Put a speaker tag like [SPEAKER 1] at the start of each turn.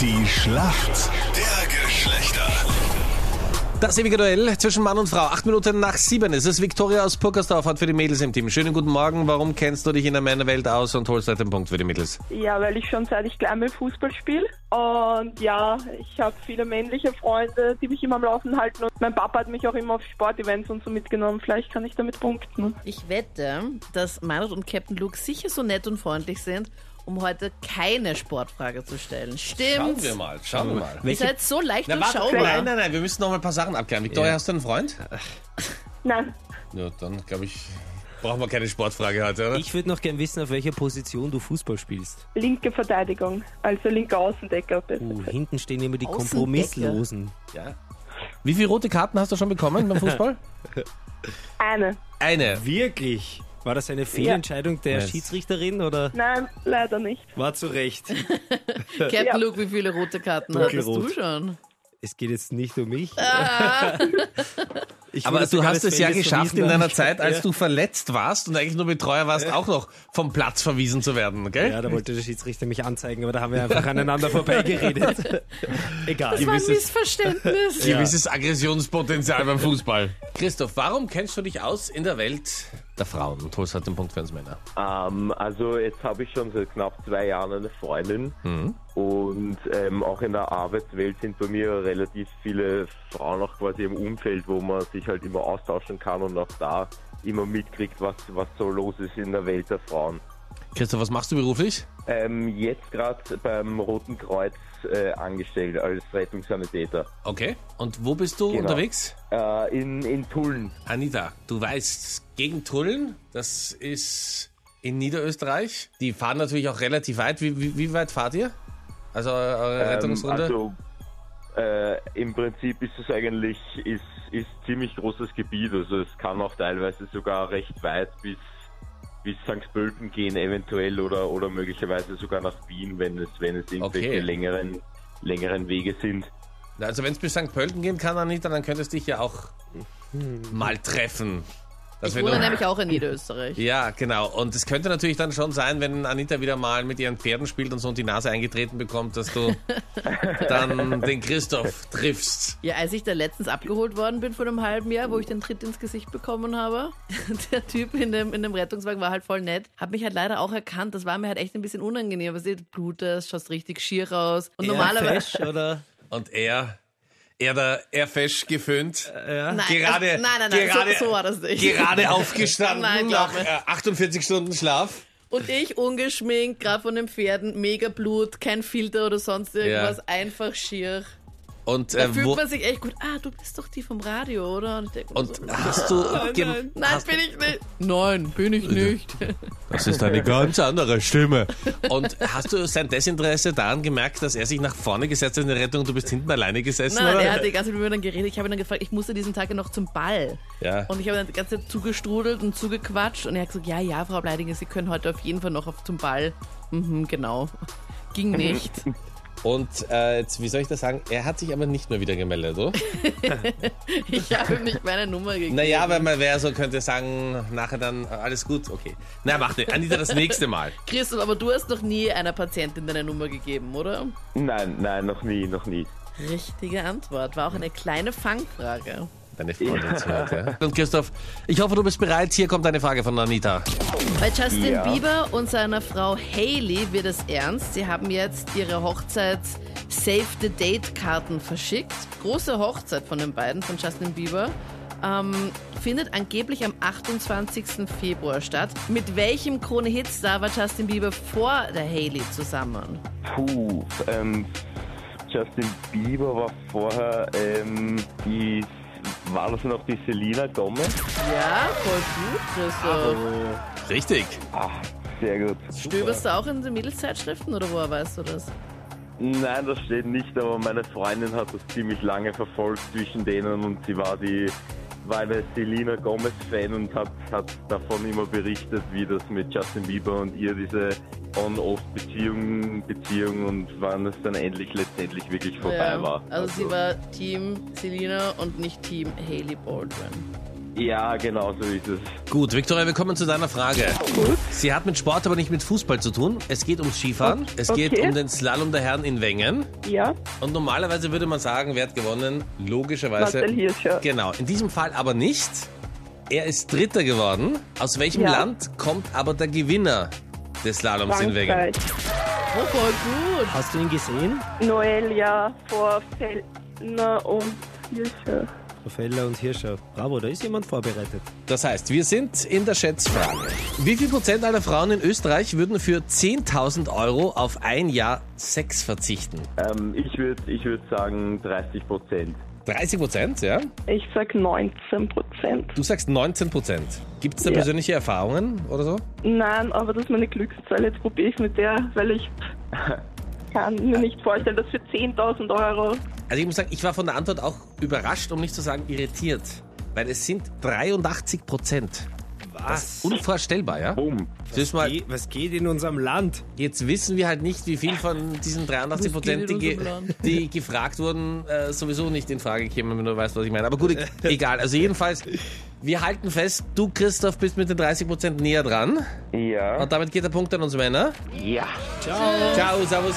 [SPEAKER 1] Die Schlacht der Geschlechter.
[SPEAKER 2] Das ewige Duell zwischen Mann und Frau. Acht Minuten nach sieben ist es. Viktoria aus Purkersdorf hat für die Mädels im Team. Schönen guten Morgen. Warum kennst du dich in der Männerwelt aus und holst halt den Punkt für die Mädels?
[SPEAKER 3] Ja, weil ich schon seit ich klein bin Fußball spiele. Und ja, ich habe viele männliche Freunde, die mich immer am Laufen halten. Und mein Papa hat mich auch immer auf Sportevents und so mitgenommen. Vielleicht kann ich damit punkten.
[SPEAKER 4] Ich wette, dass Manfred und Captain Luke sicher so nett und freundlich sind, um heute keine Sportfrage zu stellen. Stimmt.
[SPEAKER 2] mal, schauen wir mal.
[SPEAKER 4] Ihr seid so leicht
[SPEAKER 2] Na, warte,
[SPEAKER 4] durchschaubar.
[SPEAKER 2] nein, nein, nein, wir müssen noch mal ein paar Sachen abklären. Viktoria, hast du einen Freund?
[SPEAKER 3] Nein,
[SPEAKER 2] Ja, dann glaube ich, brauchen wir keine Sportfrage heute, oder?
[SPEAKER 5] Ich würde noch gern wissen, auf welcher Position du Fußball spielst.
[SPEAKER 3] linke Verteidigung. Also linker Außendecker. besser
[SPEAKER 5] Uh,
[SPEAKER 3] gesagt.
[SPEAKER 5] hinten stehen immer die
[SPEAKER 4] Außendecke.
[SPEAKER 5] Kompromisslosen.
[SPEAKER 2] ja. Wie viele rote Karten hast du schon bekommen beim Fußball?
[SPEAKER 3] Eine.
[SPEAKER 2] Eine.
[SPEAKER 5] Wirklich? War das eine Fehlentscheidung der
[SPEAKER 2] Yes.
[SPEAKER 5] Schiedsrichterin oder
[SPEAKER 3] Nein, leider nicht.
[SPEAKER 5] war zu Recht?
[SPEAKER 4] Captain
[SPEAKER 3] Ja.
[SPEAKER 4] Luke, wie viele rote Karten
[SPEAKER 5] Dunkelrot.
[SPEAKER 4] hattest du schon?
[SPEAKER 5] Es geht jetzt nicht um mich.
[SPEAKER 4] Ah.
[SPEAKER 5] Ich
[SPEAKER 2] Aber
[SPEAKER 5] würde
[SPEAKER 2] du
[SPEAKER 5] sogar
[SPEAKER 2] hast
[SPEAKER 5] das
[SPEAKER 2] es ja
[SPEAKER 5] Feld jetzt
[SPEAKER 2] geschafft
[SPEAKER 5] verwiesen
[SPEAKER 2] in
[SPEAKER 5] haben.
[SPEAKER 2] deiner Zeit, als du verletzt warst und eigentlich nur Betreuer warst, auch noch vom Platz verwiesen zu werden, gell?
[SPEAKER 5] Ja, da wollte der Schiedsrichter mich anzeigen, aber da haben wir einfach aneinander vorbeigeredet. Egal.
[SPEAKER 4] Das war ein
[SPEAKER 2] wisst es.
[SPEAKER 4] Missverständnis.
[SPEAKER 2] gewisses Aggressionspotenzial beim Fußball. Christoph, warum kennst du dich aus in der Welt der Frauen und holst halt den Punkt für uns Männer?
[SPEAKER 6] Ähm, also jetzt habe ich schon seit knapp zwei Jahren eine Freundin und ähm, auch in der Arbeitswelt sind bei mir relativ viele Frauen auch quasi im Umfeld, wo man sich halt immer austauschen kann und auch da immer mitkriegt, was, was so los ist in der Welt der Frauen.
[SPEAKER 2] Christoph, was machst du beruflich?
[SPEAKER 6] Ähm, jetzt gerade beim Roten Kreuz äh, angestellt als Rettungssanitäter
[SPEAKER 2] Okay. Und wo bist du
[SPEAKER 6] Genau.
[SPEAKER 2] unterwegs?
[SPEAKER 6] äh, in, in Tulln.
[SPEAKER 2] Anita, du weißt, gegen Tullen, das ist in Niederösterreich. Die fahren natürlich auch relativ weit. Wie, wie, wie weit fahrt ihr? Also eure Rettungsrunde?
[SPEAKER 6] Ähm, also äh, im Prinzip ist es eigentlich ist, ist ziemlich großes Gebiet. Also es kann auch teilweise sogar recht weit bis bis St. Pölten gehen eventuell oder oder möglicherweise sogar nach Wien, wenn es wenn es irgendwelche
[SPEAKER 2] Okay.
[SPEAKER 6] längeren längeren Wege sind.
[SPEAKER 2] Also wenn es bis St. Pölten gehen kann, Anita, dann könntest du dich ja auch
[SPEAKER 6] Hm.
[SPEAKER 2] mal treffen. Dass
[SPEAKER 4] Ich
[SPEAKER 2] wenn
[SPEAKER 4] wohne
[SPEAKER 2] du-
[SPEAKER 4] nämlich auch in Niederösterreich.
[SPEAKER 2] Ja, genau. Und es könnte natürlich dann schon sein, wenn Anita wieder mal mit ihren Pferden spielt und so und die Nase eingetreten bekommt, dass du dann den Christoph triffst.
[SPEAKER 4] Ja, als ich da letztens abgeholt worden bin vor einem halben Jahr, wo ich den Tritt ins Gesicht bekommen habe, der Typ in dem, in dem Rettungswagen war halt voll nett, hat mich halt leider auch erkannt. Das war mir halt echt ein bisschen unangenehm. Was du blutest, schaust richtig schier raus. Und normalerweise.
[SPEAKER 5] Fesch oder?
[SPEAKER 2] Und er, er da, er fesch geföhnt,
[SPEAKER 5] Äh,
[SPEAKER 4] Nein,
[SPEAKER 2] gerade-
[SPEAKER 4] also, nein, nein, nein,
[SPEAKER 2] gerade-
[SPEAKER 4] so, so war das nicht.
[SPEAKER 2] gerade aufgestanden
[SPEAKER 4] Nein, glaub
[SPEAKER 2] nach
[SPEAKER 4] mir.
[SPEAKER 2] äh, 48 Stunden Schlaf.
[SPEAKER 4] Und ich ungeschminkt, gerade von den Pferden, mega Blut, kein Filter oder sonst irgendwas,
[SPEAKER 2] Ja.
[SPEAKER 4] einfach schier.
[SPEAKER 2] Und,
[SPEAKER 4] Da
[SPEAKER 2] äh,
[SPEAKER 4] fühlt
[SPEAKER 2] wo,
[SPEAKER 4] man sich echt gut. Ah, du bist doch die vom Radio, oder? Und, ich denk mir
[SPEAKER 2] und
[SPEAKER 4] so,
[SPEAKER 2] hast du... gem-
[SPEAKER 4] nein, nein bin ich nicht. Nein, bin ich nicht.
[SPEAKER 2] Das ist eine ganz andere Stimme. Und hast du sein Desinteresse daran gemerkt, dass er sich nach vorne gesetzt hat in der Rettung und du bist hinten alleine gesessen?
[SPEAKER 4] Nein,
[SPEAKER 2] oder?
[SPEAKER 4] er hat die ganze Zeit mit mir dann geredet. Ich habe ihn dann gefragt, ich musste diesen Tag ja noch zum Ball.
[SPEAKER 2] ja.
[SPEAKER 4] Und ich habe dann die ganze Zeit zugestrudelt und zugequatscht. Und er hat gesagt, ja, ja, Frau Bleidinger, Sie können heute auf jeden Fall noch auf zum Ball. Mhm, genau. Ging nicht.
[SPEAKER 2] Und äh, jetzt, wie soll ich das sagen? Er hat sich aber nicht mehr wieder gemeldet, oder?
[SPEAKER 4] Ich habe ihm nicht meine Nummer gegeben.
[SPEAKER 2] naja, wenn man wäre, so könnte sagen, nachher dann äh, alles gut, okay. Na, macht nicht. Anita, das nächste Mal.
[SPEAKER 4] Christoph, aber du hast noch nie einer Patientin deine Nummer gegeben, oder?
[SPEAKER 6] Nein, nein, noch nie, noch nie.
[SPEAKER 4] Richtige Antwort. War auch eine kleine Fangfrage.
[SPEAKER 2] Deine Freundin zuhört, ja. Und Christoph, ich hoffe, du bist bereit. Hier kommt eine Frage von Anita.
[SPEAKER 4] Bei Justin
[SPEAKER 6] Ja.
[SPEAKER 4] Bieber und seiner Frau Hailey wird es ernst. Sie haben jetzt ihre Hochzeits Save the Date Karten verschickt. Große Hochzeit von den beiden, von Justin Bieber. Ähm, findet angeblich am 28. Februar statt. Mit welchem Krone Hitstar war Justin Bieber vor der Hailey zusammen?
[SPEAKER 6] Puh, ähm, Justin Bieber war vorher ähm, die war das noch die Selena Gomez?
[SPEAKER 4] Ja, voll gut, Christoph.
[SPEAKER 2] Richtig.
[SPEAKER 6] Ah, sehr gut.
[SPEAKER 4] Stöberst du auch in den Mädelszeitschriften oder woher weißt du das?
[SPEAKER 6] Nein, das steht nicht, aber meine Freundin hat das ziemlich lange verfolgt zwischen denen und sie war die war eine Selena Gomez Fan und hat, hat davon immer berichtet, wie das mit Justin Bieber und ihr diese On-Off-Beziehung Beziehung und wann es dann endlich letztendlich wirklich vorbei
[SPEAKER 4] Ja.
[SPEAKER 6] war. also
[SPEAKER 4] Also sie war Team Selina und nicht Team Haley Baldwin.
[SPEAKER 6] Ja, genau so ist es.
[SPEAKER 2] Gut, Victoria, wir kommen zu deiner Frage.
[SPEAKER 3] Gut.
[SPEAKER 2] Sie hat mit Sport, aber nicht mit Fußball zu tun. Es geht ums Skifahren. Es geht
[SPEAKER 3] Okay.
[SPEAKER 2] um den Slalom der Herren in Wengen.
[SPEAKER 3] Ja,
[SPEAKER 2] Und normalerweise würde man sagen, wer hat gewonnen? Logischerweise.
[SPEAKER 3] Marcel Hirscher.
[SPEAKER 2] Genau, in diesem Fall aber nicht. Er ist Dritter geworden. Aus welchem
[SPEAKER 3] Ja.
[SPEAKER 2] Land kommt aber der Gewinner des Slaloms in Wengen?
[SPEAKER 3] Frankreich.
[SPEAKER 4] Oh, voll gut.
[SPEAKER 5] Hast du ihn gesehen?
[SPEAKER 3] Noelia vor Feldner und Hirscher.
[SPEAKER 5] Feller und Hirscher. Bravo, da ist jemand vorbereitet.
[SPEAKER 2] Das heißt, wir sind in der Schätzfrage. Wie viel Prozent aller Frauen in Österreich würden für 10.000 Euro auf ein Jahr Sex verzichten?
[SPEAKER 6] Ähm, ich würde ich würd sagen 30 Prozent.
[SPEAKER 2] 30 Prozent, ja?
[SPEAKER 3] Ich sag 19 Prozent.
[SPEAKER 2] Du sagst 19 Prozent. Gibt es da
[SPEAKER 3] Ja.
[SPEAKER 2] persönliche Erfahrungen oder so?
[SPEAKER 3] Nein, aber das ist meine Glückszahl. Jetzt probiere ich mit der, weil ich kann mir nicht vorstellen, dass für 10.000 Euro.
[SPEAKER 2] Also ich muss sagen, ich war von der Antwort auch überrascht, um nicht zu sagen irritiert. Weil es sind 83 Prozent.
[SPEAKER 5] Was?
[SPEAKER 2] Unvorstellbar, ja?
[SPEAKER 6] Boom.
[SPEAKER 2] Das ist mal,
[SPEAKER 5] Ge- Was geht in unserem Land?
[SPEAKER 2] jetzt wissen wir halt nicht, wie viel von diesen 83
[SPEAKER 4] Was geht in
[SPEAKER 2] Prozent, die, ge
[SPEAKER 4] unserem Land?
[SPEAKER 2] die gefragt wurden, äh, sowieso nicht in Frage kämen, wenn du weißt, was ich meine. Aber gut, e- egal. Also jedenfalls, wir halten fest, du, Christoph, bist mit den 30 Prozent näher dran.
[SPEAKER 6] Ja.
[SPEAKER 2] Und damit geht der Punkt an uns Männer.
[SPEAKER 6] Ja.
[SPEAKER 2] Ciao, servus.